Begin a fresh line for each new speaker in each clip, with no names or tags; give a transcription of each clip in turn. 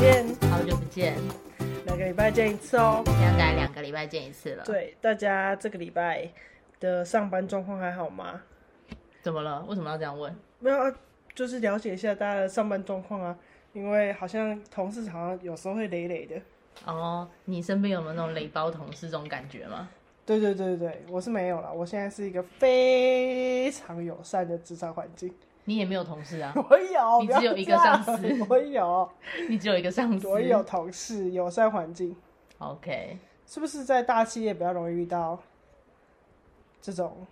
见，
好久不见，
两个礼拜见一次哦。
应该两个礼拜见一次了。，
对，大家这个礼拜的上班状况还好吗？
怎么了？为什么要这样问？
没有啊，就是了解一下大家的上班状况啊，因为好像同事好像有时候会累累的。
哦，你身边有没有那种雷包同事这种感觉吗？
对对对对对，我是没有啦，我现在是一个非常友善的职场环境。
你也没有同事啊，
我有，
你
不要
只有一个
这样
上司
我有，
你只有一个上司。
我有。同事，友善环境，
OK，
是不是在大企业比较容易遇到这种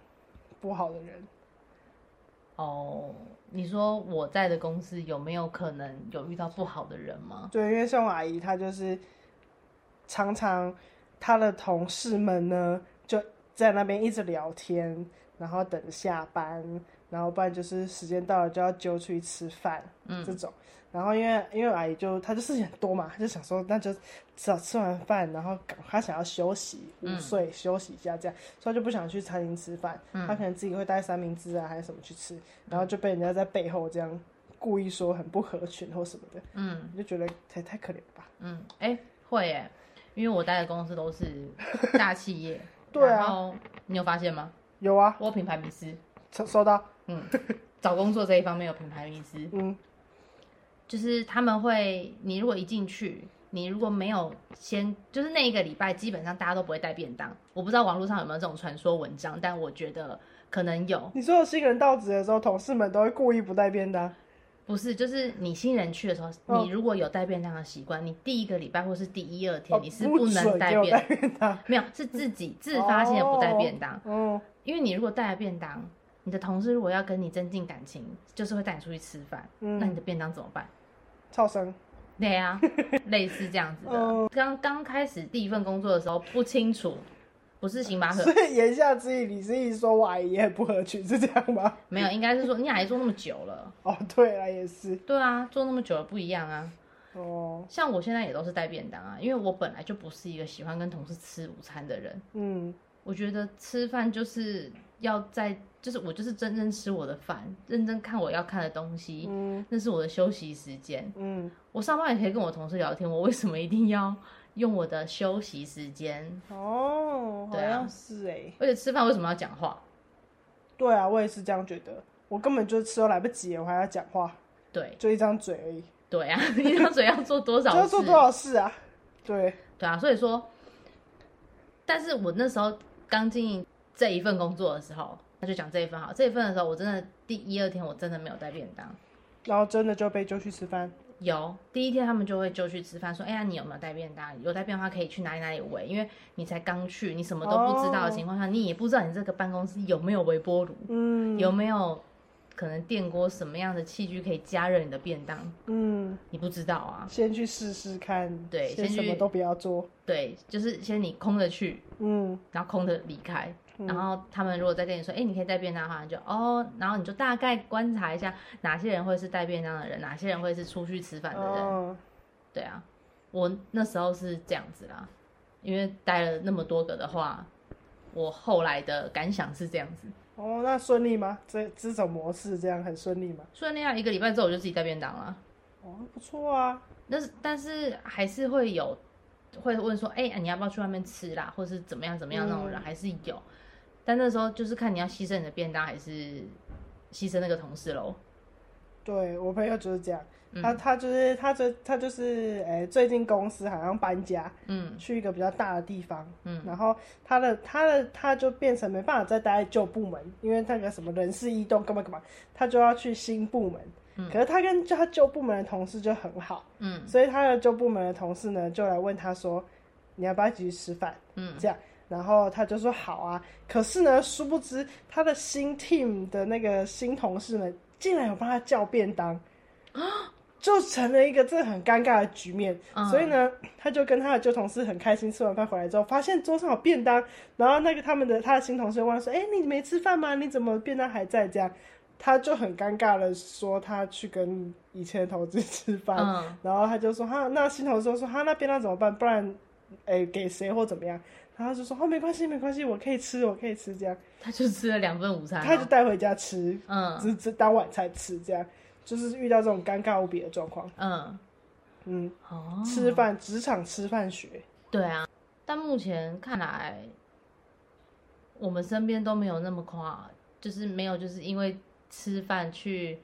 不好的人？
哦，你说我在的公司有没有可能有遇到不好的人吗？
对，因为像我阿姨，她就是常常她的同事们呢，就在那边一直聊天，然后等下班，然后不然就是时间到了就要揪出去吃饭，嗯，这种。然后因为因为我阿姨就她就事情很多嘛，她就想说那就只好吃完饭，然后赶她想要休息午睡、休息一下这样，所以她就不想去餐厅吃饭，她可能自己会带三明治啊还是什么去吃，然后就被人家在背后这样故意说很不合群或什么的。
嗯
你就觉得太太可怜了吧？
嗯，哎、会耶，因为我待的公司都是大企业。
对啊
然后你有发现吗？
有啊，
我有品牌迷失。
收收到，
嗯，找工作这一方面有品牌迷失。
嗯，
就是他们会，你如果一进去，你如果没有先，就是那一个礼拜，基本上大家都不会带便当。我不知道网络上有没有这种传说文章，但我觉得可能有，
你说有新人到职的时候，同事们都会故意不带便当，
不是，就是你新人去的时候，
嗯
你如果有带便当的习惯，你第一个礼拜或是第一二天，
哦
你是
不
能
准
带
给我带
便，
便当，
没有，是自己自发性的不带便当，
哦，
因为你如果带了便当，你的同事如果要跟你增进感情，就是会带你出去吃饭，
嗯
那你的便当怎么办？
嗯，超生，
对啊， 类似这样子的
嗯。
刚刚开始第一份工作的时候不清楚，不是星巴
所
克，
以言下之意，你是意思说我阿姨也很不合群，是这样吗？
没有，应该是说你还做那么久了。
哦，对啊，也是，
对啊，做那么久了不一样啊。
哦，
像我现在也都是带便当啊，因为我本来就不是一个喜欢跟同事吃午餐的人。
嗯，
我觉得吃饭就是要在，就是我就是真正吃我的饭，认真看我要看的东西，
嗯，
那是我的休息时间。
嗯，
我上班也可以跟我同事聊天，我为什么一定要用我的休息时间？
哦，好
对啊
像是哎、
而且吃饭为什么要讲话？
对啊，我也是这样觉得，我根本就吃都来不及，我还要讲话，
对
就一张嘴而已，
对啊， 一张嘴要做多
就
少
要
事
做？多少事啊？对，
对啊，所以说，但是我那时候刚进这一份工作的时候，那就讲这一份好。这一份的时候，我真的第一二天我真的没有带便当。
然后真的就被揪去吃饭，
有第一天他们就会就去吃饭，说：“哎呀，哎你有没有带便当？有带便当的话可以去哪里哪里围，因为你才刚去，你什么都不知道的情
哦
况下你也不知道你这个办公室有没有微波炉，
嗯，
有没有可能电锅什么样的器具可以加热你的便当，
嗯。
你不知道啊。
先去试试看，
对
先
先
什么
去
都不要做，
对，就是先你空着去，
嗯，
然后空的离开。然后他们如果再跟你说，哎、你可以带便当的话，你就哦，然后你就大概观察一下哪些人会是带便当的人，哪些人会是出去吃饭的人。
哦，
对啊，我那时候是这样子啦，因为待了那么多个的话，我后来的感想是这样子。
哦，那顺利吗？这这种模式这样很顺利吗？
虽然那样一个礼拜之后，我就自己带便当了，
哦，不错啊，
但是但是还是会有会问说，哎、你要不要去外面吃啦，或是怎么样怎么样那种
嗯
人、还是有，但那时候就是看你要牺牲你的便当还是牺牲那个同事喽。
对我朋友就是这样，
嗯
他他就是他就他就是，哎、最近公司好像搬家，
嗯，
去一个比较大的地方，
嗯，
然后他的他的他就变成没办法再待在旧部门，因为那个什么人事异动干嘛干嘛，他就要去新部门。可是他跟他旧部门的同事就很好，
嗯，
所以他的旧部门的同事呢就来问他说，你要不要一起去吃饭？
嗯，
这样，然后他就说好啊。可是呢，殊不知他的新 team 的那个新同事们竟然有帮他叫便当， 就成了一个这很尴尬的局面。
嗯
所以呢，他就跟他的旧同事很开心，吃完饭回来之后，发现桌上有便当，然后那个他们的他的新同事问他说：“哎、你没吃饭吗？你怎么便当还在？”这样，他就很尴尬的说他去跟以前的同事吃饭，
嗯
然后他就说：“哈，那新同事就说哈，那便当怎么办？不然，哎、给谁或怎么样？”然后他就说：“哦，没关系，没关系，我可以吃，我可以吃。”这样，
他就吃了两份午餐哦、
他就带回家吃，
嗯
只只当晚餐吃，这样就是遇到这种尴尬无比的状况。
嗯，
嗯，
哦，
吃饭职场吃饭学，
对啊，但目前看来，我们身边都没有那么夸，就是没有就是因为吃饭去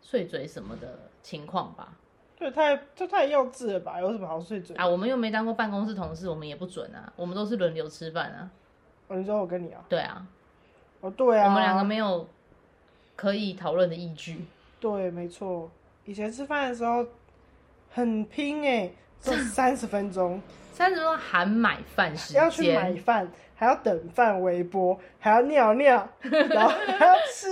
碎嘴什么的情况吧。
对，太这太幼稚了吧？有什么好碎嘴？
啊，我们又没当过办公室同事，我们也不准啊，我们都是轮流吃饭啊。
哦，你说我跟你啊？
对啊，
哦，对啊，
我们两个没有可以讨论的依据。
对，没错，以前吃饭的时候很拼哎、只有三十分钟，
三十分钟含买饭时
要去买
间，
饭，还要等饭微波，还要 尿尿，然后还要吃，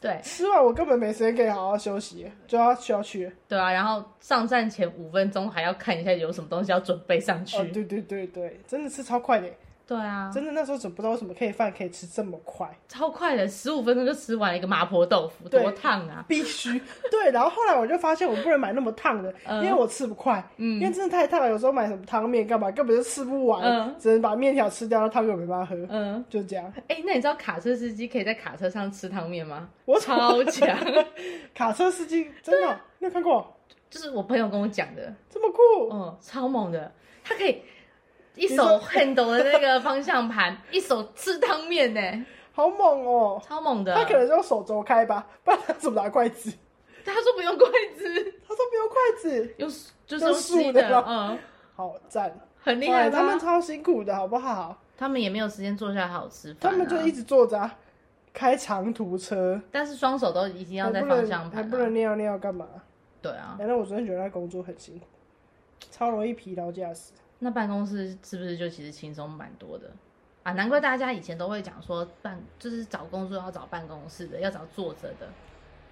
对
吃完我根本没时间可以好好休息，就要需要去了。
对啊，然后上站前五分钟还要看一下有什么东西要准备上去。
哦，对对对对，真的吃超快的欸、
对啊，
真的那时候怎么不知道为什么可以饭可以吃这么快，
超快的，十五分钟就吃完了一个麻婆豆腐，
对
多烫啊！
必须对。然后后来我就发现我不能买那么烫的，
嗯
因为我吃不快，因为真的太烫了，有时候买什么汤面干嘛根本就吃不完，
嗯
只能把面条吃掉，那汤又没办法喝，
嗯，
就这样。
哎、那你知道卡车司机可以在卡车上吃汤面吗？
我
超强，
卡车司机真的哦，你有看过？
就是我朋友跟我讲的，
这么酷，
嗯，超猛的，他可以一
你
手
说
handle 的那个方向盘，一手吃汤面呢，
好猛哦！
超猛的。
他可能是用手肘开吧， 不然他怎么拿筷子？
他说不用筷子，
他说不用筷子，
用就是
用
用
竖
吸
的
的，
咯
嗯，
好赞！
很厉害
哇他
吧
们？超辛苦的，好不好？
他们也没有时间坐下来好好吃饭、
他
啊，
们就一直坐着、啊，开长途车，
但是双手都已经要
还
在
不
方
能
向
还
盘啊
不
了、
能尿尿干嘛？
对啊，
反正我昨天觉得他工作很辛苦，超容易疲劳驾驶。
那办公室是不是就其实轻松蛮多的啊？难怪大家以前都会讲说办，就是找工作要找办公室的，要找坐着的。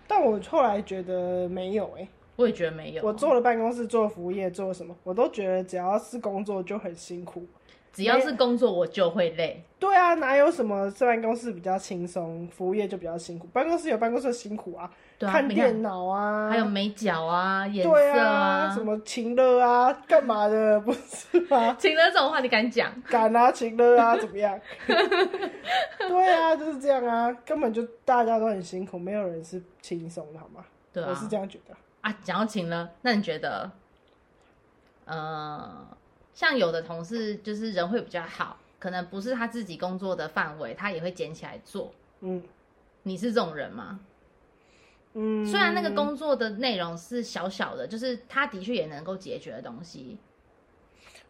但我后来觉得没有哎、
我也觉得没有，啊
我做了办公室，做服务业，做什么，我都觉得只要是工作就很辛苦。
只要是工作我就会累。
对啊，哪有什么办公室比较轻松，服务业就比较辛苦？办公室有办公室的辛苦啊，
对啊
看
你看
电脑啊，
还有美甲啊，颜
对
色
啊，什么情乐啊，干嘛的， 不是吗？
请了这种话你敢讲？
敢啊，情 乐啊，怎么样？ 对啊，就是这样啊，根本就大家都很辛苦，没有人是轻松的，好吗？
对啊
我是这样觉得。
啊，讲到请了，那你觉得，呃，像有的同事就是人会比较好，可能不是他自己工作的范围，他也会捡起来做。
嗯
你是这种人吗？
嗯，
虽然那个工作的内容是小小的，就是他的确也能够解决的东西。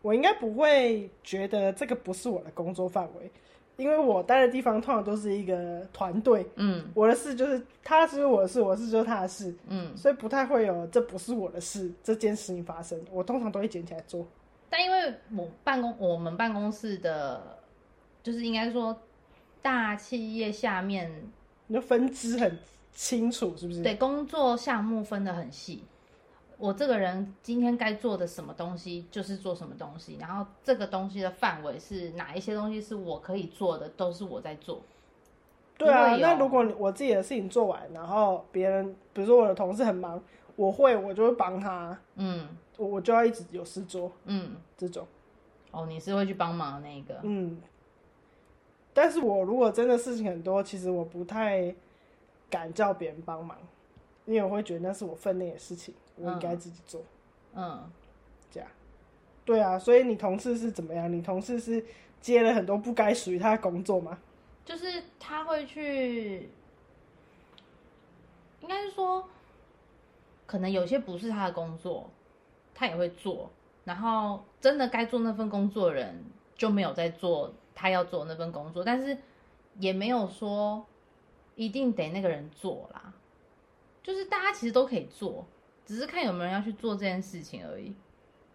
我应该不会觉得这个不是我的工作范围，因为我待的地方通常都是一个团队，
嗯
我的事就是他的事就是我的事，我的事就是他的事，
嗯，
所以不太会有这不是我的事这件事情发生。我通常都会捡起来做。
但因为我办公我们办公室的，就是应该说大企业下面
你就分支很清楚，是不是？
对工作项目分得很细。我这个人今天该做的什么东西就是做什么东西，然后这个东西的范围是哪一些东西是我可以做的，都是我在做。
对
不
啊。
会有
那如果你我自己的事情做完，然后别人，比如说我的同事很忙，我会我就会帮他，
嗯
我我就要一直有事做
嗯，
这种。
哦，你是会去帮忙的那一个，
嗯，但是我如果真的事情很多，其实我不太敢叫别人帮忙，因为我会觉得那是我分内的事情，我应该自己做。
嗯
这样，对啊，所以你同事是怎么样？你同事是接了很多不该属于他的工作吗？
就是他会去，应该是说，可能有些不是他的工作，他也会做。然后真的该做那份工作的人就没有在做他要做的那份工作，但是也没有说一定得那个人做啦。就是大家其实都可以做，只是看有没有人要去做这件事情而已。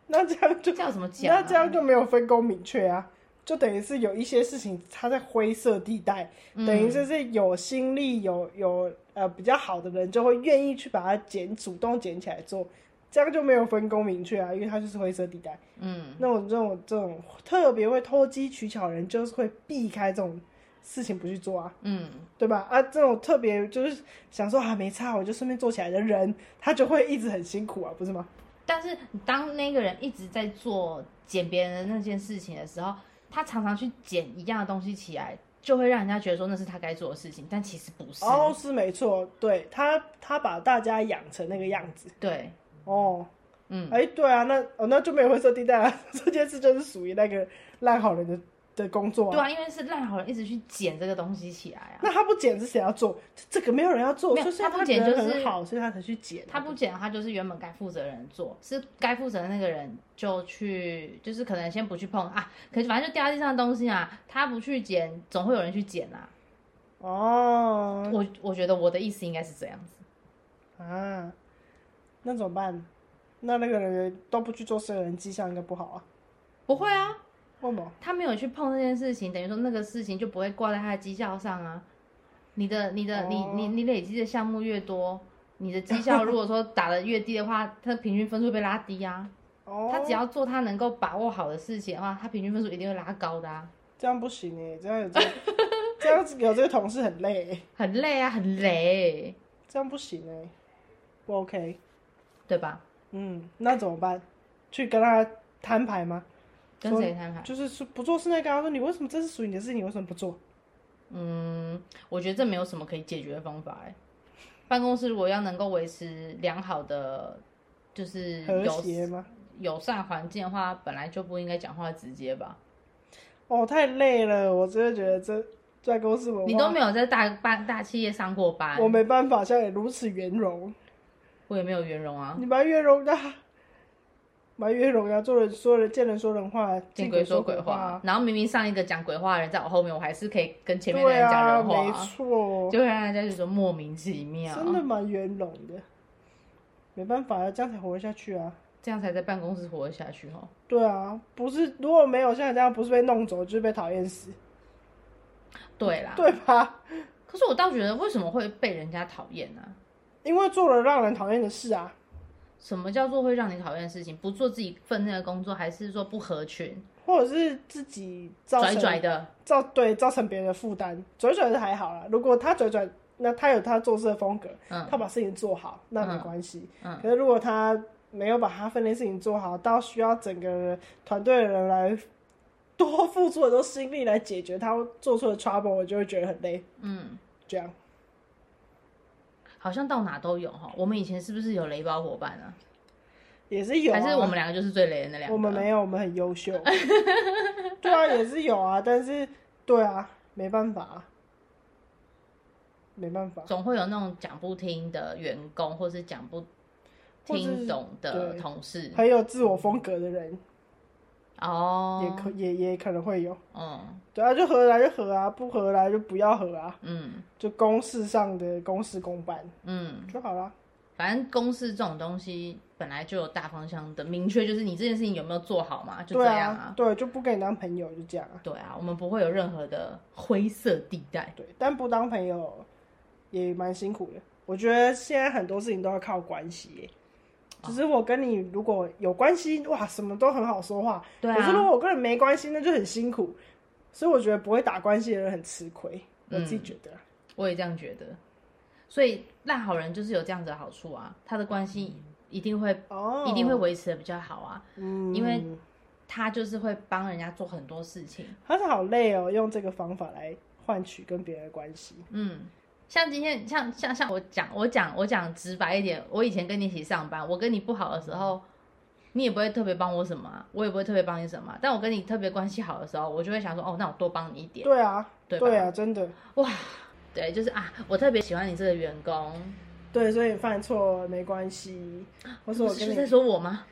那这样就
这要怎么讲、啊？
那这样就没有分工明确啊，就等于是有一些事情他在灰色地带，
嗯
等于就是有心力有有呃比较好的人就会愿意去把它捡，主动捡起来做，这样就没有分工明确啊，因为它就是灰色地带。
嗯，
那我这种这种特别会偷机取巧的人，就是会避开这种事情不去做啊，
嗯，
对吧？啊，这种特别就是想说啊没差，我就顺便做起来的人，他就会一直很辛苦啊，不是吗？
但是当那个人一直在做捡别人的那件事情的时候，他常常去捡一样的东西起来，就会让人家觉得说那是他该做的事情，但其实不是。
哦，是没错，对他他把大家养成那个样子
对，
哦，
嗯，
哎、对啊，那哦那就没有灰色地带啊， 这件事就是属于那个烂好人的的工作、
对啊，因为是烂好人一直去捡这个东西起来啊，
那他不捡是谁要做？这这个没有人要做，
没有
就是
他不
他
捡
人
就是
很好，所以他才去啊捡。
他不捡，他就是原本该负责的人做，是该负责的那个人就去，就是可能先不去碰啊，可是反正就掉在地上的东西啊，他不去捡，总会有人去捡啊。
哦
我我觉得我的意思应该是这样子，
啊，那怎么办？那那个人都不去做事的人，迹象应该不好啊。
不会啊，
为什么？
他没有去碰那件事情，等于说那个事情就不会挂在他的绩效上啊。你的、你的、
哦
你、你、你累积的项目越多，你的绩效如果说打得越低的话，他平均分数被拉低啊。
哦，
他只要做他能够把握好的事情的话，他平均分数一定会拉高的啊。
这样不行哎、这样有这 这样子有这个同事很累、欸，
很累啊，很累，
这样不行哎、不 OK。
对吧？
嗯，那怎么办？去跟他摊牌吗？
跟谁摊牌？
就是说不做事那个跟啊他说，你为什么这是属于你的事情，你为什么不做？
嗯，我觉得这没有什么可以解决的方法哎。办公室如果要能够维持良好的，就是
和
友
谐吗？
友善环境的话，本来就不应该讲话直接吧？
哦，太累了，我真的觉得这在公司文化，
你都没有在大办大企业上过班，
我没办法像你如此圆融。
我也没有圆融啊，
你蛮圆融的，蛮圆融啊的，做人说人见人说人话，
见
鬼
鬼说
鬼
鬼话。。然后明明上一个讲鬼话的人在我后面，我还是可以跟前面的
对
人讲
啊，
人话，
没错，
就会让人家觉得莫名其妙，
真的蛮圆融的。没办法，这样才活得下去啊。
这样才在办公室活得下去哦。
对啊，不是如果没有像你这样，不是被弄走，就是被讨厌死，
对啦，
对吧？
可是我倒觉得，为什么会被人家讨厌啊呢？
因为做了让人讨厌的事啊。
什么叫做会让你讨厌的事情？不做自己分内的工作，还是说不合群，
或者是自己造
拽
成
拽的？
造对造成别人的负担，拽拽是还好啦。如果他拽拽，那他有他做事的风格，
嗯
他把事情做好，那没关系。
嗯
可是如果他没有把他分内事情做好，到需要整个团队的人来多付出很多心力来解决他做出的 trouble，我就会觉得很累。
嗯，
这样
好像到哪都有哈。我们以前是不是有雷包伙伴啊？
也是有、啊，
还是我们两个就是最雷的那两个？
我们没有，我们很优秀。 对啊，也是有啊，但是对啊，没办法啊，没办法。
总会有那种讲不听的员工，或是讲不
或是
听懂的
对
同事。
很有自我风格的人，也
哦，
可也也可能会有。
嗯
对啊，就合得来就合啊，不合得来就不要合啊，
嗯
就公事上的公事公办
嗯，
就好啦。
反正公式这种东西本来就有大方向的明确，就是你这件事情有没有做好嘛，就
对
这样
啊
啊，。
对，就不跟你当朋友就这样啊。
对啊，我们不会有任何的灰色地带。
对，但不当朋友也蛮辛苦的。我觉得现在很多事情都要靠关系耶、只是我跟你如果有关系，哇，什么都很好说话。
对
可是如
啊，
果我跟人没关系，那就很辛苦。所以我觉得不会打关系的人很吃亏，我自己
嗯
觉得啊。
我也这样觉得。所以烂好人就是有这样子的好处啊，他的关系一定会、
嗯哦，
一定会，维持的比较好啊，
嗯，
因为他就是会帮人家做很多事情。
他是好累哦，用这个方法来换取跟别人的关系。
嗯，像今天，像像像我讲，我讲我讲直白一点，我以前跟你一起上班，我跟你不好的时候，你也不会特别帮我什么啊、我也不会特别帮你什么啊、但我跟你特别关系好的时候，我就会想说，哦，那我多帮你一点，
对啊，
对吧？
对啊，真的，
对，就是啊，我特别喜欢你这个员工，
对，所以犯错没关系。我说我
啊不是
跟
就在
你，
说我吗？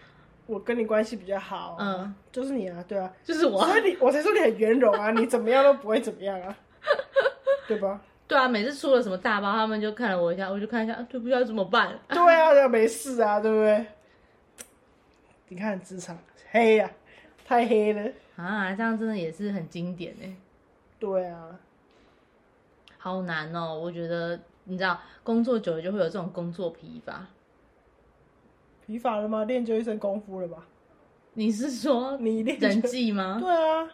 我跟你关系比较好，
嗯，
就是你啊，对啊，
就是我啊。
所以你我才说你很圆融啊，你怎么样都不会怎么样 啊，对吧？
对啊，每次出了什么大包，他们就看了我一下，我就看一下，啊对不知道怎么办。
对啊，那没事啊，对不对？你看职场黑呀、太黑了。
啊，这样真的也是很经典哎、
对啊，
好难哦。我觉得你知道，工作久了就会有这种工作疲乏。
疲乏了吗？练就一身功夫了吧？
你是说
你练就
人际吗？
对啊，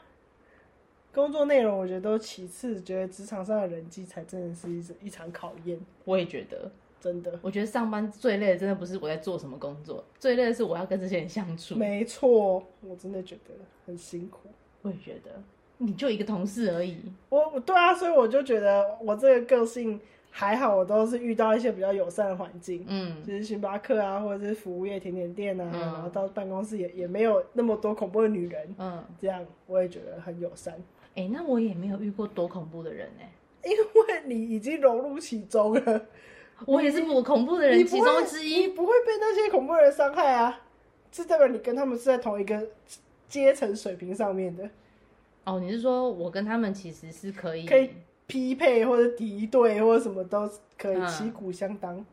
工作内容我觉得都其次，觉得职场上的人际才真的是一一场考验，
我也觉得，
真的。
我觉得上班最累的真的不是我在做什么工作，最累的是我要跟这些人相处。
没错，我真的觉得很辛苦。
我也觉得，你就一个同事而已。
我我对啊，所以我就觉得我这个个性还好，我都是遇到一些比较友善的环境，
嗯，
就是星巴克啊，或者是服务业甜点店啊，
嗯
然后到办公室也也没有那么多恐怖的女人，
嗯，
这样我也觉得很友善，
哎、那我也没有遇过多恐怖的人哎、
因为你已经融入其中 了，
我也是不恐怖的
你
人
不
其
会
中之
你
一。
不会被那些恐怖的人伤害啊，这代表你跟他们是在同一个阶层水平上面的，
哦，你是说我跟他们其实是可以，
可以匹配或者敌对或者什么都可以
嗯
旗鼓相当，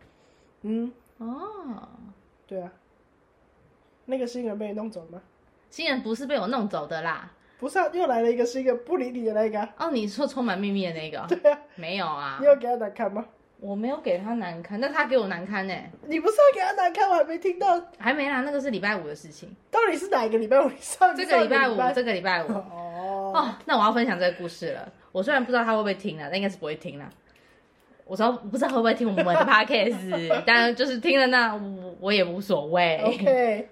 嗯，
哦。
对啊，那个新人被你弄走了吗？
新人不是被我弄走的啦。
不是、啊，又来了一个是一个不理你的那个、啊，
哦，你说充满秘密的那个？
对啊，
没有啊
你，有给他难看吗？
我没有给他难堪，但他给我难堪呢、
你不是要给他难看，我还没听到，
还没啦，那个是礼拜五的事情。
到底是哪一哦个礼拜五？你上
这个礼拜
上
五，这个礼拜五。
哦，
哦，那我要分享这个故事了。我虽然不知道他会不会听啦，啊但应该是不会听啦。我知道不知道会不会听我 们的 podcast，但就是听了那我我也无所谓。
OK，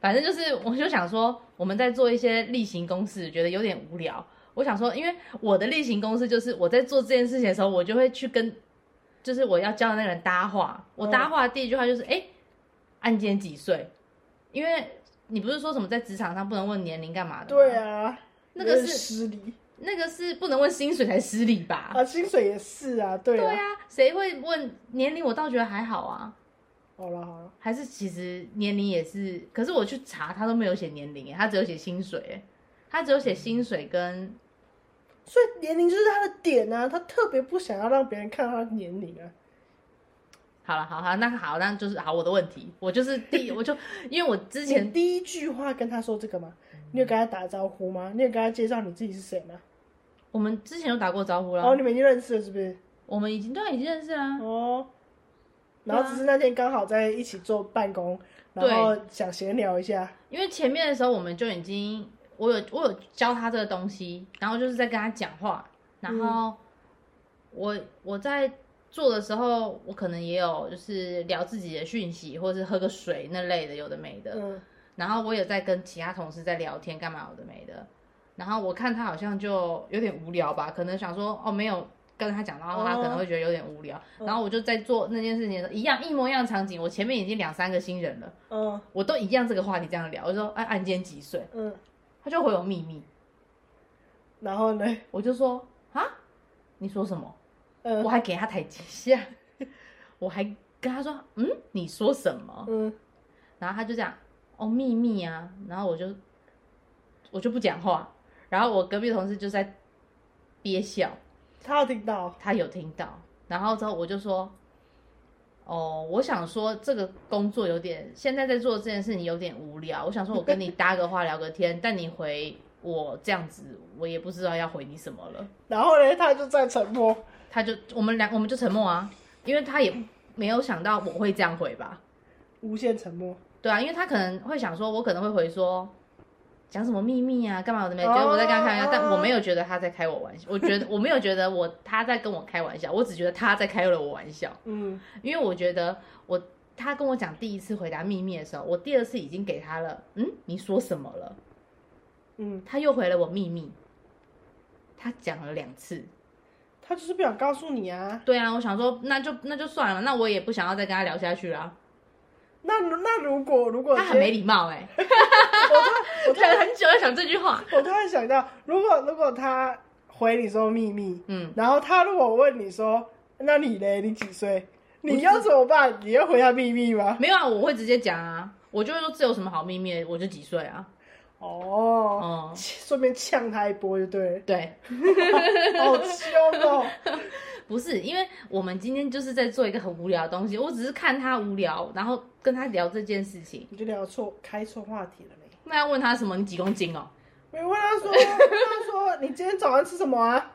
反正就是，我就想说，我们在做一些例行公事，觉得有点无聊。我想说，因为我的例行公事就是我在做这件事情的时候，我就会去跟，就是我要教的那个人搭话。我
嗯
搭话的第一句话就是：哎、按、你今年几岁？因为你不是说什么在职场上不能问年龄干嘛的？
对，啊，
那个是
有点失礼
那个是不能问薪水才失礼吧？
啊，薪水也是啊，对
对
啊，
啊，谁会问年龄？我倒觉得还好啊。
好了好了，
还是其实年龄也是，可是我去查，他都没有写年龄耶，他只有写薪水耶，他只有写薪水跟
所以年龄就是他的点啊，他特别不想要让别人看到他的年龄啊，
好了，好好，那好，那就是好我的问题，我就是第，我就因为我之
你
前嗯
第一句话跟他说这个吗？你有跟他打招呼吗？你有跟他介绍你自己是谁吗？
我们之前有啊打过招呼
然
了，
后你们已经认识了是不是？
我们已经对啊已经认识啦，
哦，然
啊
后只是那天刚好在一起做办公，
对
然后想闲聊一下，
因为前面的时候我们就已经我有我有教他这个东西，然后就是在跟他讲话，然后我、我在做的时候，我可能也有就是聊自己的讯息，或是喝个水那类的，有的没的，
嗯，
然后我有在跟其他同事在聊天，干嘛有的没的。然后我看他好像就有点无聊吧，可能想说哦没有跟他讲的话，
哦
他可能会觉得有点无聊。然后我就在做那件事情的时候，一样一模一样的场景，我前面已经两三个新人了，
嗯
我都一样这个话题这样聊。我就说哎，按、啊、你今天几岁？
嗯，
他就回我秘密，
然后呢，
我就说啊，你说什么？
嗯
我还给他台阶下， 我还跟他说嗯，你说什么？
嗯，
然后他就讲哦秘密啊，然后我就我就不讲话，然后我隔壁同事就在憋笑，
他有听到，
他有听到，然后之后我就说哦，我想说这个工作有点现在在做这件事情有点无聊，我想说我跟你搭个话聊个天，但你回我这样子，我也不知道要回你什么了，
然后呢，他就在沉默，
他就我们俩我们就沉默啊，因为他也没有想到我会这样回吧。
无限沉默，
对啊，因为他可能会想说，我可能会回说，讲什么秘密啊，干嘛我都没有，
哦
觉得我在跟他开玩笑，但
哦
我没有觉得他在开我玩笑，我觉得我没有觉得我他在跟我开玩笑，我只觉得他在开了我玩笑，
嗯
因为我觉得我他跟我讲第一次回答秘密的时候，我第二次已经给他了，嗯，你说什么了？
嗯，
他又回了我秘密，他讲了两次。
他就是不想告诉你啊。
对啊，我想说，那就那就算了，那我也不想要再跟他聊下去啦。
那如那如果如果
他很
今
没
天
礼貌哎、
我
我
突
想了
然
很久要想这句话。
我突然想到，如果如果他回你说秘密，
嗯，
然后他如果问你说，那你嘞，你几岁？你要怎么办？你要回他秘密吗？
没有啊，我会直接讲啊，我就会说这有什么好秘密的，我就几岁啊。
哦，
哦、
顺便呛他一波就对了。
对，
好凶哦！
不是，因为我们今天就是在做一个很无聊的东西，我只是看他无聊，然后跟他聊这件事情。
你就聊错，开错话题了嘞。
那要问他什么？你几公斤哦？
没问他说， 问他说你今天早上吃什么啊？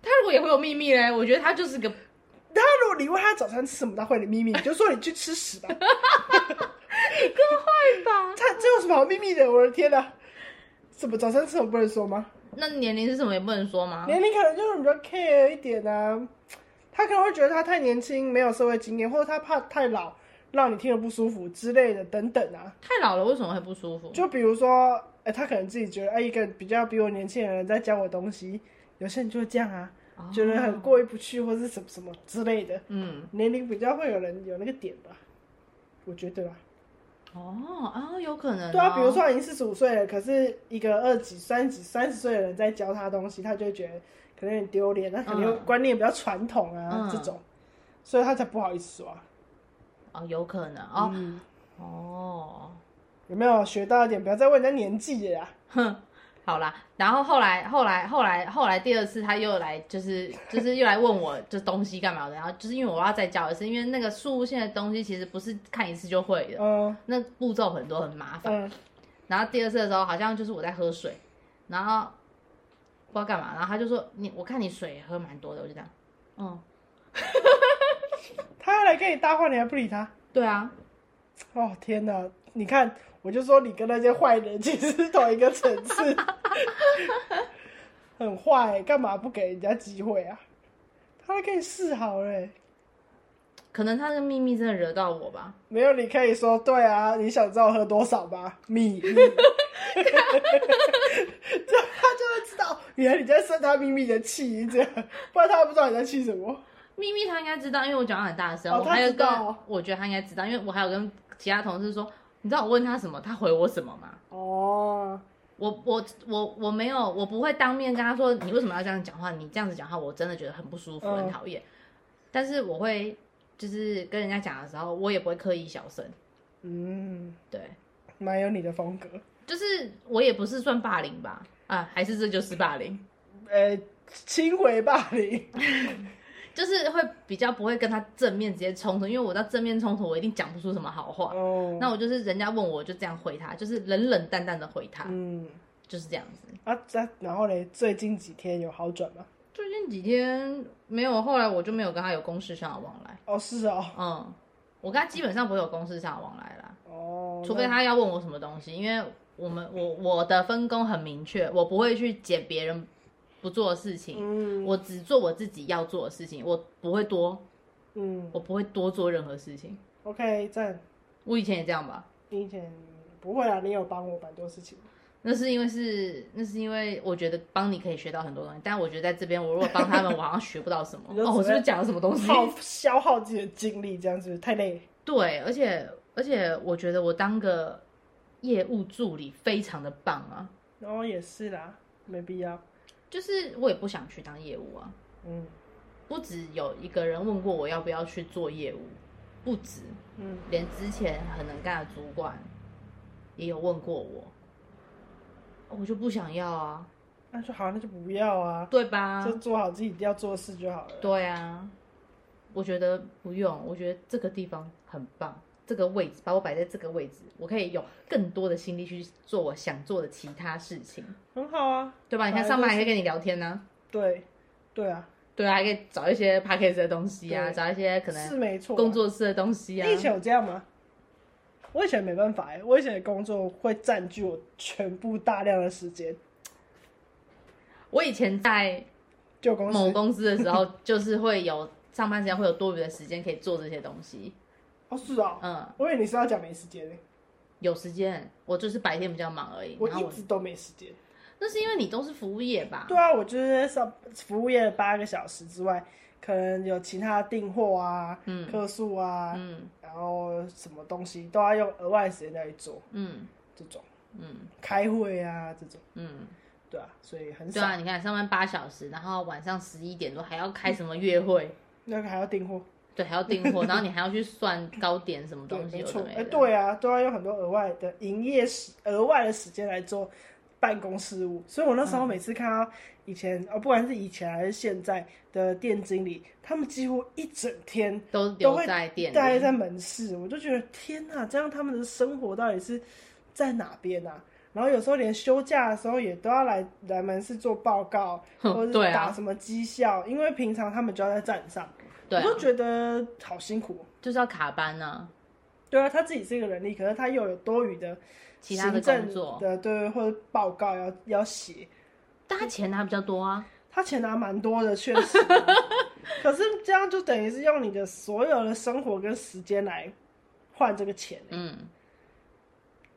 他如果也会有秘密嘞，我觉得他就是个，
他如果你问他早餐吃什么，他会你秘密，你就说你去吃屎吧。
对吧？
他这有什么好秘密的？我的天哪！什么早餐吃什么不能说吗？
那年龄是什么也不能说吗？
年龄可能就是比较 care 一点啊，他可能会觉得他太年轻，没有社会经验，或者他怕太老，让你听了不舒服之类的等等啊。
太老了为什么会不舒服？
就比如说，哎、他可能自己觉得，哎、一个比较比我年轻的人在教我东西，有些人就会这样啊，觉得
哦
很过意不去，或是什么什么之类的。
嗯，
年龄比较会有人有那个点吧，我觉得啦。
哦啊，有可能、哦。
对啊，比如说他已经四十五岁了，可是一个二几、三几、三十岁的人在教他东西，他就会觉得可能有点丢脸，他肯定
嗯
观念比较传统啊、
嗯
这种，所以他才不好意思说、啊。
哦，有可能哦、
嗯，
哦，
有没有学到一点？不要再问人家年纪了啦。
哼，好啦。然后后来后来后来后来第二次他又来，就是就是又来问我这东西干嘛的，然后就是因为我要再教一次，因为那个树物线的东西其实不是看一次就会的，
嗯
那步骤很多很麻烦。
嗯，
然后第二次的时候，好像就是我在喝水，然后不知道干嘛，然后他就说你，我看你水也喝蛮多的，我就这样，嗯，
他还来跟你搭话，你还不理他？
对啊，
哦天哪！你看，我就说你跟那些坏人其实是同一个层次， 很坏、干嘛不给人家机会啊？他都跟你示好嘞、
可能他那个秘密真的惹到我吧，
没有，你可以说对啊，你想知道我喝多少吗？秘密， 这样他就会知道，原来你在生他秘密的气，这样，不然他不知道你在气什么。
秘密他应该知道，因为我讲话很大声，
哦
我
他
还有
知
跟
道哦
我觉得他应该知道，因为我还有跟其他同事说，你知道我问他什么，他回我什么吗？
哦，
我我我我没有，我不会当面跟他说你为什么要这样讲话，你这样子讲话我真的觉得很不舒服，
嗯
很讨厌。但是我会就是跟人家讲的时候，我也不会刻意小声，
嗯，
对，
蛮有你的风格。
就是我也不是算霸凌吧，啊，还是这就是霸凌，
呃，轻回霸凌，
就是会比较不会跟他正面直接冲突，因为我到正面冲突我一定讲不出什么好话。
哦，
那我就是人家问我我就这样回他，就是冷冷淡淡的回他，
嗯。
就是这样子。
啊，这然后嘞，最近几天有好转吗？
最近几天没有，后来我就没有跟他有公事上的往来。
哦，是哦，
嗯，我跟他基本上不会有公事上的往来啦，
哦，
除非
那
他要问我什么东西，因为我们我我的分工很明确，我不会去捡别人不做的事情，
嗯
我只做我自己要做的事情，我不会多，
嗯
我不会多做任何事情。
，OK，赞。
我以前也这样吧，
你以前不会啊，你有帮我蛮多事情。
那是因为是那是因为我觉得帮你可以学到很多东西，但我觉得在这边我如果帮他们，我好像学不到什么。
你就只
哦，我是不
会
是讲了什么东西？
耗消耗自己的精力，这样子太累。
对，而且而且我觉得我当个业务助理非常的棒啊，
然后哦也是啦，没必要。
就是我也不想去当业务啊。
嗯
不止有一个人问过我要不要去做业务，不止，
嗯，
连之前很能干的主管也有问过我，我就不想要啊，
那就好，那就不要啊，
对吧？
就做好自己要做的事就好了。
对啊，我觉得不用，我觉得这个地方很棒，这个位置把我摆在这个位置，我可以有更多的心力去做我想做的其他事情，
很好啊。
对吧？你看
本来
上班还可
就
以跟你聊天呢、
对，对啊，
对啊，还可以找一些 p a c k a g e 的东西啊，
对
找一些可
是
能
没错啊。
工作室的东西啊
你。以前有这样吗？我以前没办法哎、我以前的工作会占据我全部大量的时间，
我以前在
就公司
某公司的时候，就是会有上班时间会有多余的时间可以做这些东西。
哦是啊、
嗯，
我以为你是要讲没时间、欸，
有时间，我就是白天比较忙而已。
我
嗯然后
一
我
直都没时间。
那是因为你都是服务业吧？
对啊，我就是上服务业的八个小时之外，可能有其他订货啊、
嗯
客诉啊，
嗯
然后什么东西都要用额外的时间再去做，
嗯
这种
嗯
开会啊这种，
嗯，
对啊，所以很
对
少。
啊，你看上班八小时，然后晚上十一点多还要开什么月会？
那个还要订货，
对，还要订货，然后你还要去算糕点什么
对，
东西，
没
有
错
的，没
哎，
的。
对啊，都要用很多额外的营业时额外的时间来做办公事务。所以我那时候
嗯
每次看到以前、哦，不管是以前还是现在的店经理，他们几乎一整天
都
都
留
会
在店里，
待在门市，我就觉得天哪，这样他们的生活到底是在哪边啊？然后有时候连休假的时候也都要来来门市做报告，
哼
或者
对啊
是打什么绩效，因为平常他们就要在站上，
对啊
我就觉得好辛苦哦。
就是要卡班呢、
对啊，他自己是一个人力，可是他又有多余的
其他的
行政
工作，
的对，或者报告要要写，
但他钱拿比较多啊。
他钱拿蛮多的，确实。啊 可是这样就等于是用你的所有的生活跟时间来换这个钱欸、
嗯，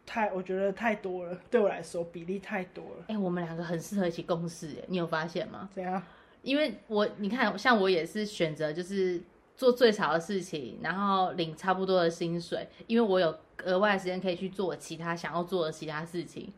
太，我觉得太多了，对我来说比例太多了。
哎、我们两个很适合一起共事，哎，你有发现吗？
怎样？
因为我你看，像我也是选择就是做最少的事情，然后领差不多的薪水，因为我有额外的时间可以去做我其他想要做的其他事情。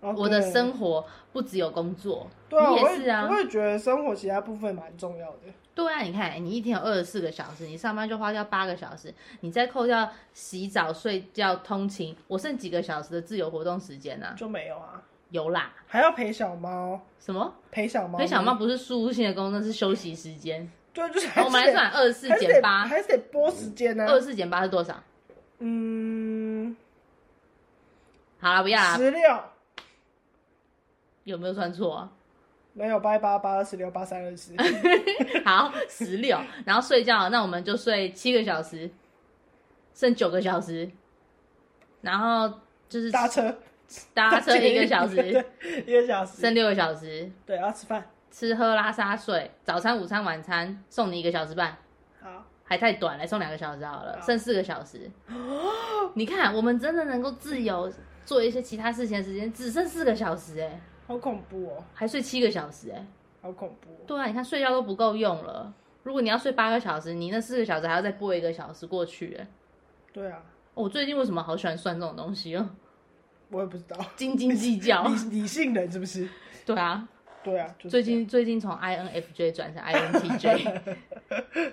哦
我的
对
生活不只有工作，
对啊，
你
我
也是
也
啊
我。也觉得生活其他部分蛮重要的。
对啊，你看，你一天有二十四个小时，你上班就花掉八个小时，你再扣掉洗澡、睡觉、通勤，我剩几个小时的自由活动时间呢、啊？
就没有啊，
有啦，
还要陪小猫，
什么？
陪小猫，
所以小猫，不是输入性的工作，是休息时间。
对，就是还
我
是
们来
得
算二十四
还是
减
得
八，
还是得拨时间啊呢、
二十四减八是多少？
嗯，
好啦，不要啦，
十六
有没有算错、啊？
没有八八八二十六八三 二十，
好，十六，然后睡觉，那我们就睡七个小时，剩九个小时，然后就是
搭车
搭车一个小时，
对一个小时，
剩六个小时，
对，要吃饭，
吃喝拉撒睡，早餐、午餐、晚餐送你一个小时半，
好，
还太短了，送两个小时好了，
好
剩四个小 时。你看，我们真的能够自由做一些其他事情的时间只剩四个小时、哎，
好恐怖哦，
还睡七个小时、哎，
好恐怖哦、
对啊，你看睡觉都不够用了。如果你要睡八个小时，你那四个小时还要再拨一个小时过去、哎。
对啊，
我最近为什么好喜欢算这种东西哦？
我也不知道，
斤斤计较。
理理性人是不是？
对啊，
对啊，就 是
最近最近从 INFJ 转成 INTJ，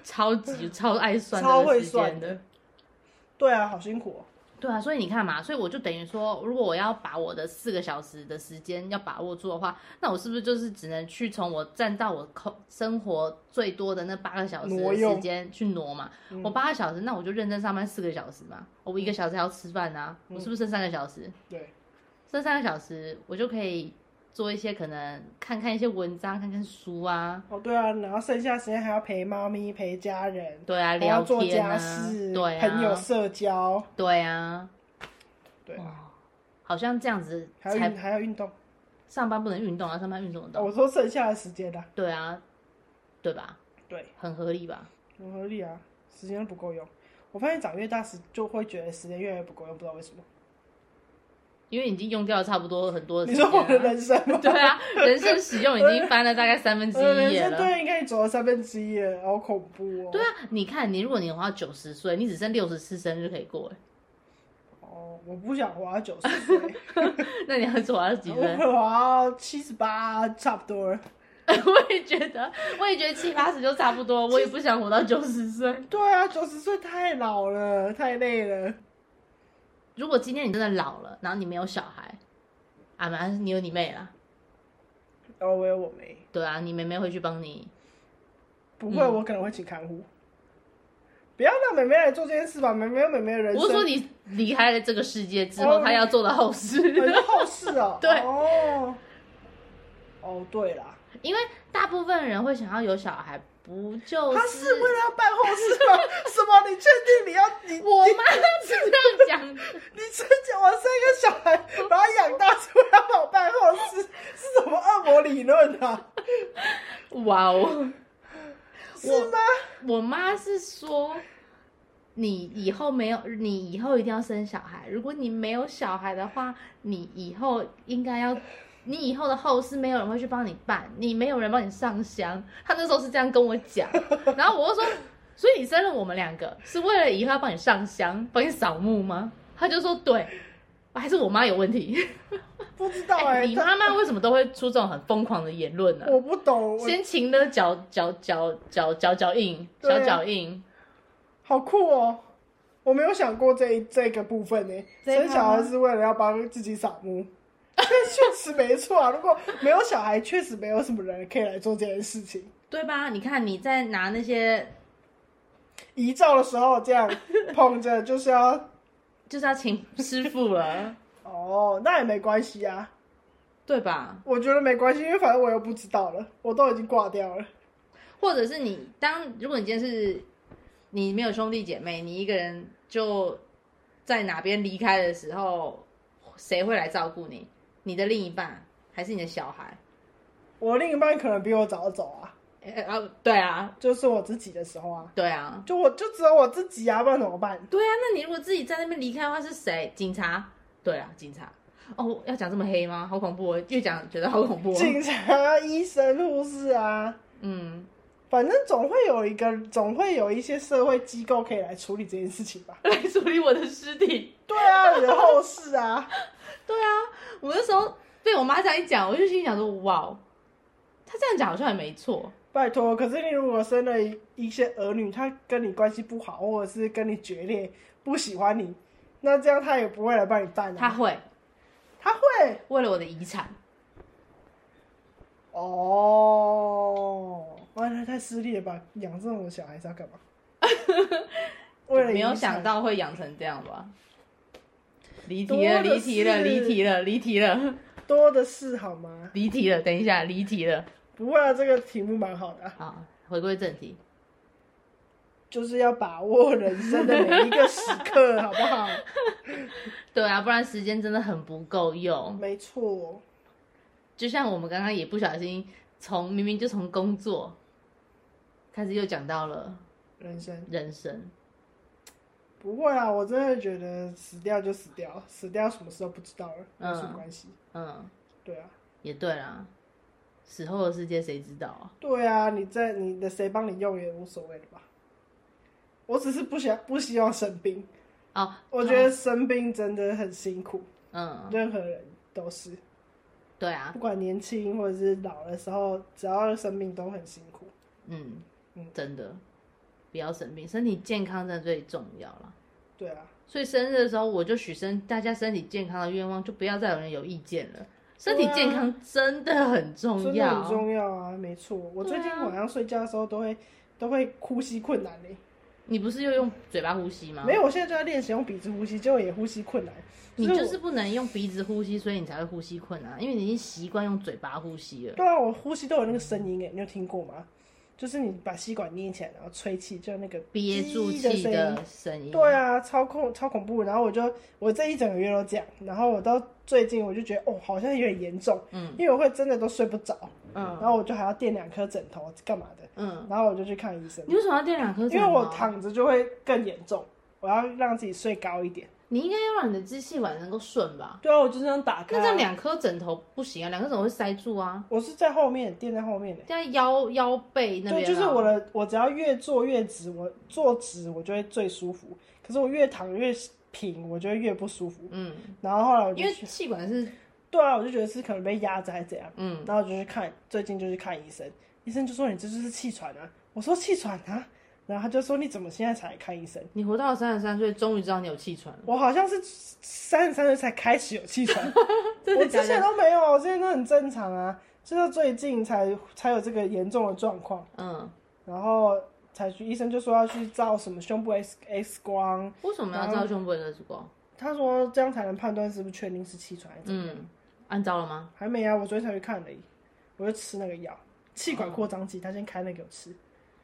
超级超爱算
超
这个
会
时
算
间的。
对啊，好辛苦、哦，
对啊，所以你看嘛，所以我就等于说，如果我要把我的四个小时的时间要把握住的话，那我是不是就是只能去从我占到我口生活最多的那八个小时
挪
的
用嗯
时间去挪嘛？我八个小时，那我就认真上班四个小时嘛，我一个小时还要吃饭啊，我是不是剩三个小时？
对，
这三个小时，我就可以做一些可能看看一些文章，看看书啊，
哦对啊，然后剩下时间还要陪猫咪、陪家人，
对啊，
还
聊
要做
天
家
啊，
事，
对
朋友
啊，
社交，
对啊，
对，啊
哇，好像这样子
还要
才
运还要运动。
上班不能运动啊，上班运动
哦
到，
我说剩下的时间啦、
对啊，对吧？
对，
很合理吧？
很合理啊，时间都不够用。我发现长越大时就会觉得时间越来越不够用，不知道为什么。
因为已经用掉了差不多很多的
你
时
说我的
间了、
人生 吗？
对啊，人生使用已经翻了大概三分之
我的
一
人
页
生
了。
对，应啊该走了三分之一了，好恐怖哦。
对啊，你看你，如果你活到九十岁，你只剩六十次生日可以过，哎
哦，我不想活到九十岁，
那你要活到 几
我
岁？
活到七十八差不多了。
我也觉得，我也觉得七八十 就差不多，我也不想活到九十岁。
对啊，九十岁太老了，太累了。
如果今天你真的老了，然后你没有小孩，啊，反正你有你妹啦，
哦，我有我没，
对啊，你妹妹会去帮你。
不会，我可能会请看护。不要让妹妹来做这件事吧，妹妹有妹妹的人生。
我是说你离开了这个世界之后，
哦
她要做的后
很
事，
多后事哦。
对
哦，哦，对啦，
因为大部分人会想要有小孩，不就
他
是
是为了要办后事吗？什么？你确定你要你
我
你
妈 是这样讲的？
你真讲我生一个小孩，把他养大是为了帮我办后事，是什么恶魔理论啊？
哇哦，
是吗？
我妈是说。你以后没有，你以后一定要生小孩。如果你没有小孩的话，你以后应该要，你以后的后事没有人会去帮你办，你没有人帮你上香。她那时候是这样跟我讲，然后我就说， 所以你生了我们两个是为了以后要帮你上香、帮你扫墓吗？她就说对，还是我妈有问题。
不知道 哎、
你妈妈为什么都会出这种很疯狂的言论呢、
我不懂，我
先擒了脚脚脚脚脚脚印，
对
小
啊
脚印。
好酷哦。我没有想过这一这个部分呢、
这一趴
生
吗
小孩是为了要帮自己扫墓， 这确实没错啊。如果没有小孩，确实没有什么人可以来做这件事情。
对吧？你看你在拿那些，
遗照的时候这样捧着，就是要
就是要请师傅了，
哦，那也没关系啊，
对吧？
我觉得没关系，因为反正我又不知道了，我都已经挂掉了。
或者是你当，如果你今天是你没有兄弟姐妹，你一个人就在哪边离开的时候，谁会来照顾你？你的另一半还是你的小孩？
我另一半可能比我早走啊，
哎哎啊，对啊，
就是我自己的时候啊，
对啊，
就我就只有我自己啊，不然怎么办？
对啊。那你如果自己在那边离开的话，是谁？警察？对啊，警察。哦，要讲这么黑吗？好恐怖、哦，越讲觉得好恐怖、哦。
警察、啊医生、护士啊，
嗯，。
反正总会有一个，总会有一些社会机构可以来处理这件事情吧
来处理我的尸体。
对啊，你的后事啊，
对啊，我那时候被我妈这样一讲，我就心里想说，哇，哦她这样讲好像也没错。
拜托。可是你如果生了一一些儿女，他跟你关系不好，或者是跟你决裂，不喜欢你，那这样他也不会来帮你办
她
啊。
会
他会
为了我的遗产，
哦，哇，那太私利了吧？养这种小孩是 要干嘛？为了
没有
遗产
想到会养成这样吧？离
多
题了，
的
离题了，
是
离题了，离题了，
多的是好吗？
离题了。等一下，离题了。
不会啊，这个题目蛮好的啊、
好，回归正题。
就是要把握人生的每一个时刻，好不 好？
对啊，不然时间真的很不够用。
没错，
就像我们刚刚也不小心从明明就从工作开始又讲到了
人生
人生，
不会啊，我真的觉得死掉就死掉，死掉什么事都不知道了，有什么
嗯
关系？
嗯，
对啊，
也对啦。死后的世界谁知道啊？
对啊，你在你的谁帮你用也无所谓了吧？我只是不想不希望生病，
哦，
我觉得生病真的很辛苦，
嗯，
任何人都是，
对啊，
不管年轻或者是老的时候，只要生病都很辛苦。
嗯
嗯，
真的，不要生病，身体健康真的最重要了。
对啊，
所以生日的时候，我就许身大家身体健康的愿望，就不要再有人有意见了。身体
对啊
健康真的很重
真的
要，
很重要啊，没错。我最近
对啊
晚上睡觉的时候都会都会呼吸困难嘞、
你不是又用嘴巴呼吸吗？
没有，我现在就在练习用鼻子呼吸，结果也呼吸困难。
你
所以
就
我
是不能用鼻子呼吸，所以你才会呼吸困难，因为你已经习惯用嘴巴呼吸了。
对啊，我呼吸都有那个声音哎、你有听过吗？就是你把吸管捏起来，然后吹气，就那个
憋住
叽的
气
声音。
的声音，
对啊，超恐超恐怖。然后我就我这一整个月都这样，然后我到最近我就觉得哦，好像有点严重，
嗯
因为我会真的都睡不着，然
嗯
后我就还要垫两颗枕头干嘛的，
嗯，
然后我就去看医生，
你为什么要垫两颗枕
因
头
为
啊？
我躺着就会更严重，我要让自己睡高一点。
你应该要让你的支气管能够顺吧？
对啊，我就这样打开
那
啊、
这样两颗枕头不行啊，两颗枕头会塞住啊，
我是在后面垫在后面的、欸
在腰腰背那
对，
边、啊。
就是我的，我只要越坐越直，我坐直我就会最舒服。可是我越躺越平，我就会越不舒服。
嗯，
然后后来我就
因为气管是
对啊，我就觉得是可能被压着还是怎样，
嗯
然后我就去看，最近就去看医生，医生就说你这就是气喘啊。我说气喘啊，然后他就说你怎么现在才来看医生？
你活到三十三岁，终于知道你有气 喘了，
我好像是三十三岁才开始有气喘，
真
我
的假
之前
的？
都没有，我之前都很正常啊，直到最近才才有这个严重的状况。
嗯，
然后才去医生就说要去照什么胸部 X X 光，
为什么要照胸部的 X 光？
他说这样才能判断是不是确定是气喘还是怎么样。
嗯，按照了吗？
还没啊，我昨天才去看而已，我就吃那个药，气管扩张剂，他先开那个给我吃。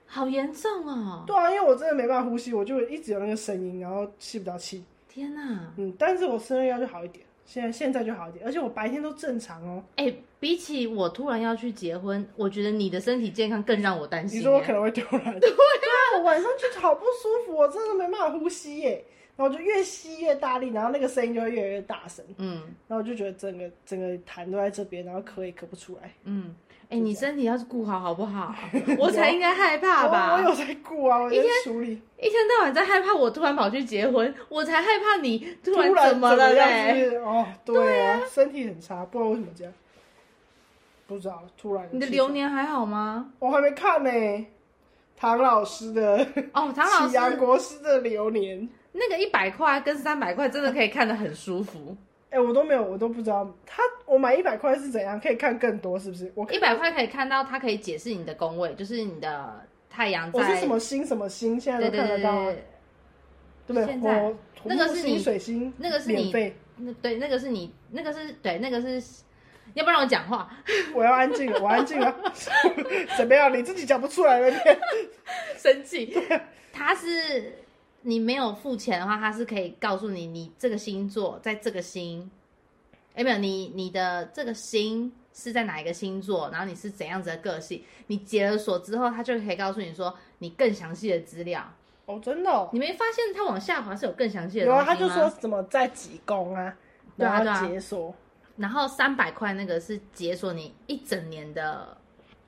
好严重哦！
对啊，因为我真的没办法呼吸，我就一直有那个声音，然后吸不到气。
天哪！
嗯，但是我吃那个药就好一点，现在现在就好一点，而且我白天都正常哦。
哎、比起我突然要去结婚，我觉得你的身体健康更让我担心、
你说我
哎
可能会丢人？对啊，我晚上就好不舒服，我真的没办法呼吸耶。然后我就越吸越大力，然后那个声音就会越来越大声。
嗯
然后我就觉得整个整个痰都在这边，然后咳也咳不出来。
嗯，哎、你身体要是顾好好不 好？我才应该害怕
我我
吧？
有在顾啊，我在处理。
一天到晚在害怕我突然跑去结婚，我才害怕你突
突然
怎么了
样
嘞？
子？哦，对啊，身体很差，不知道为什么这样。不知道，突然有
你的
气
流
喘，
年还好吗？
我还没看呢、唐老师的
哦，唐老
《启阳
师
国师的流年》
那个一百块跟三百块真的可以看得很舒服，
哎、我都没有，我都不知道他我买一百块是怎样，可以看更多是不是？我
一百块可以看到它可以解释你的宫位，就是你的太阳
我是
在
什么星什么星，现
对
在
对
都看
对
得
对
到啊，
对，
对不对？
现在
火土
那个
木
是
星
你
水星，
那个是
免
你
费
那对那个是你那个是对那个是，要不然我讲话。
我要安静了，我安静了。 怎么样？你自己讲不出来了？你
生 气。他是你没有付钱的话，他是可以告诉你你这个星座在这个星，哎、没有你你的这个星是在哪一个星座，然后你是怎样子的个性，你解了锁之后，他就可以告诉你说你更详细的资料。
哦，真的、哦、
你没发现他往下滑是有更详细的
有
东西
啊，
吗？
他就说什么在几宫啊，
对啊
然后
对啊
解锁。
然后三百块那个是解锁你一整年的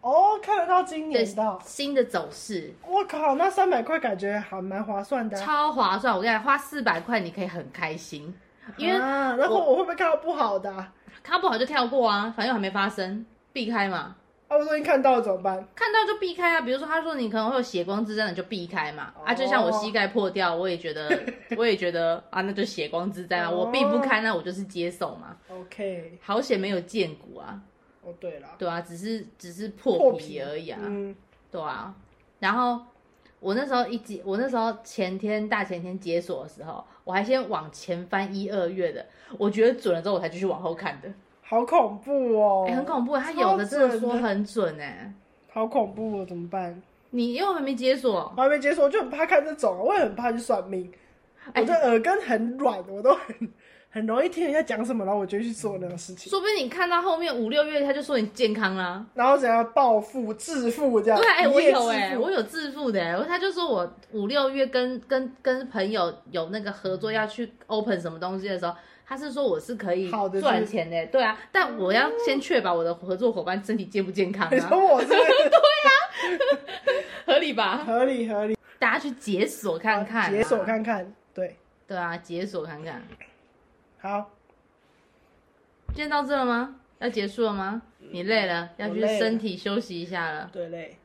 哦，看得到今
对
年的，
新的走势，
我靠，那三百块感觉还蛮划算的啊、
超划算。我跟你讲，花四百块你可以很开心，因为
啊，然后
我
我会不会看到不好的、啊？
看不好就跳过啊，反正还没发生，避开嘛。
啊，我说你看到了怎么办？
看到就避开啊，比如说他说你可能会有血光之灾，你就避开嘛。
哦
啊，就像我膝盖破掉，我也觉得， 我也觉得啊，那就血光之灾啊，
哦
我避不开，那我就是接受嘛。
OK，
好险没有见骨啊，
哦对了，
对啊，只是只是破
破
皮
皮
而已啊，
嗯，
对啊。然后我那时候一解，我那时候前天大前天解锁的时候，我还先往前翻一二月的，我觉得准了之后，我才继续往后看的。
好恐怖哦，
哎、很恐怖，他有的真的说很准哎、
好恐怖哦，怎么办？
你因为我还没解锁
我，还没解锁，我就很怕看这种啊，我也很怕去算命。
哎
我的耳根很软，我都很很容易听人家讲什么，然后我就去做那种事情，
说不定你看到后面五六月，他就说你健康啦。
然后怎样暴富致富这样。
对，哎、
一
我
夜
有
啊致
哎、
富
我有自负的、哎，他就说我五六月跟跟跟朋友有那个合作要去 open 什么东西的时候，他是说我是可以
好的
赚
是
钱的、对啊，但我要先确保我的合作伙伴身体健不健康
你
啊，
说我是不是
合理吧？
合理合理？
大家去解锁看看、啊
解锁，看看，对，
对啊，解锁看看。
好，
今天到这了吗？要结束了吗？你累了，要去
我累了
身体休息一下了。
对嘞，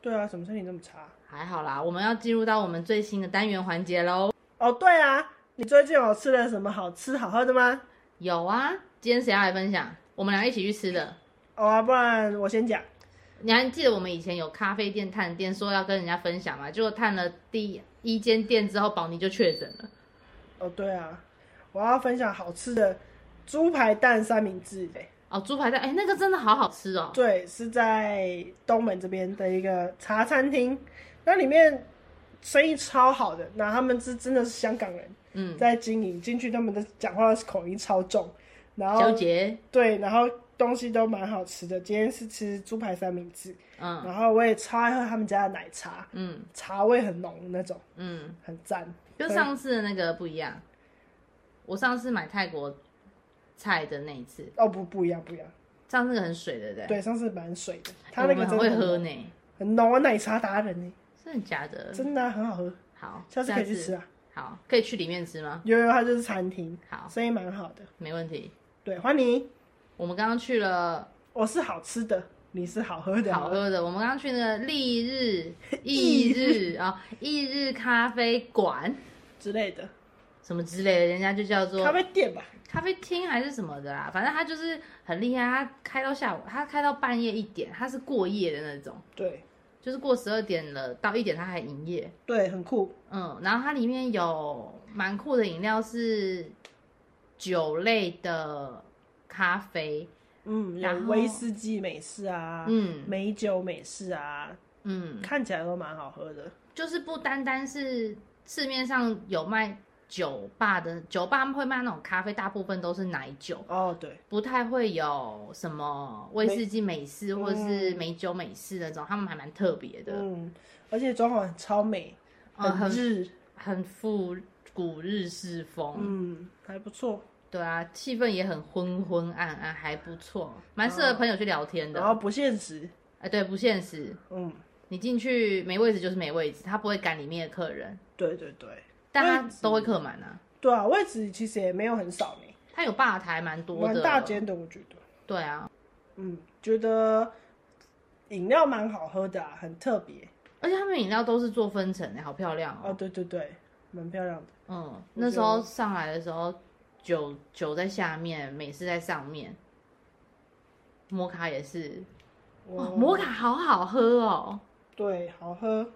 对啊，怎么身体那么差？
还好啦，我们要进入到我们最新的单元环节喽。
哦，对啊，你最近有吃了什么好吃好喝的吗？
有啊，今天谁要来分享？我们俩一起去吃的。
哦、啊，不然我先讲。
你还记得我们以前有咖啡店探店，说要跟人家分享嘛？结果探了第一间店之后，宝妮就确诊了。
哦，对啊，我要分享好吃的猪排蛋三明治嘞。
哦，猪排蛋，哎、那个真的好好吃哦。
对，是在东门这边的一个茶餐厅，那里面生意超好的。那他们是真的是香港人
嗯，
在经营，进去他们的讲话的口音超重，然
小
后
姐，
对，然后东西都蛮好吃的。今天是吃猪排三明治，
嗯
然后我也超爱喝他们家的奶茶，
嗯
茶味很浓的那种，
嗯，
很赞。
跟上次的那个不一样。我上次买泰国菜的那一次，
哦不不一样不一样，
上次那个很水，对不对？
对，上次蛮水的，
哎，
他那
我
个
们很
真的
会
很
喝
浓
呢，
很浓啊，奶茶达人呢、
真的假的？
真的啊、很好喝，
好，
下次可以去吃
啊。
啊。
好，可以去里面吃吗？
悠悠它就是餐厅，
好，
生意蛮好的。
没问题。
对，欢迎，
我们刚刚去了
我是好吃的，你是好喝的，
好喝的，我们刚刚去那个丽日 翌日啊、翌日咖啡馆
之类的，
什么之类的，人家就叫做
咖啡店吧。
咖啡厅还是什么的啦，反正他就是很厉害，他开到下午，他开到半夜一点，他是过夜的那种，
对
就是过十二点了到一点他还营业，
对，很酷。
嗯，然后它里面有蛮酷的饮料是酒类的咖啡，
嗯，
然
有
后
威士忌美式啊，
嗯
美酒美式啊，
嗯，
看起来都蛮好喝的。
就是不单单是市面上有卖酒吧的，酒吧会卖那种咖啡，大部分都是奶酒，
哦，对，
不太会有什么威士忌美式或是美酒美式那种，他们还蛮特别的，
嗯，而且装潢超美，
嗯
很日，
很复古日式风，
嗯，还不错。
对啊，气氛也很昏昏暗暗，还不错，蛮适合朋友去聊天的。
嗯然后不限时，
哎，对，不现实。
嗯，
你进去没位置就是没位置，他不会赶里面的客人，
对对对，
但
位
他
置
都会客满啊。
对啊，位置其实也没有很少呢，
他有吧台蛮多
蛮
的，
大间的，我觉得。
对啊，
嗯，觉得饮料蛮好喝的、啊，很特别。
而且他们饮料都是做分层的，好漂亮
哦，
哦。
对对对，蛮漂亮的。
嗯，那时候上来的时候，酒酒在下面，美式在上面，摩卡也是，哇、
哦
摩卡好好喝哦。
对，好喝。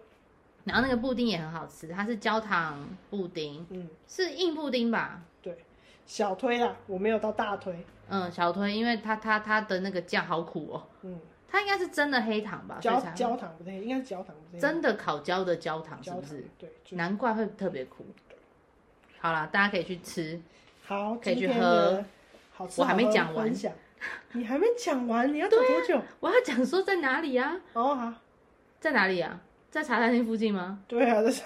然后那个布丁也很好吃，它是焦糖布丁，
嗯，
是硬布丁吧？
对，小推啊，我没有到大推。
嗯，小推，因为它它它的那个酱好苦哦，
嗯，
它应该是真的黑糖吧？所以
焦
才会
焦糖不对，应该是焦糖不对。
真的烤焦的焦糖是
焦
不
糖
是？
对，就
难怪会特别苦。好啦，大家可以去吃。
好，
可以
今
去
天
喝
的好吃
我还没
好喝的
讲完啊
分享，你还没讲完，你要讲多久？
我要讲说在哪里啊？
哦，好，
在哪里啊？在茶餐厅附近 吗？
对啊，这是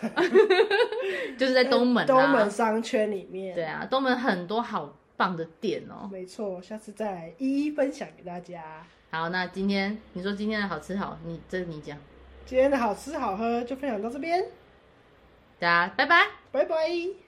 就是在东门、啊。
东门商圈里面。
对啊，东门很多好棒的点哦。
没错，下次再一一分享给大家。
好，那今天你说今天的好吃好，你这你讲，
今天的好吃好喝就分享到这边，
大家拜拜。
拜拜。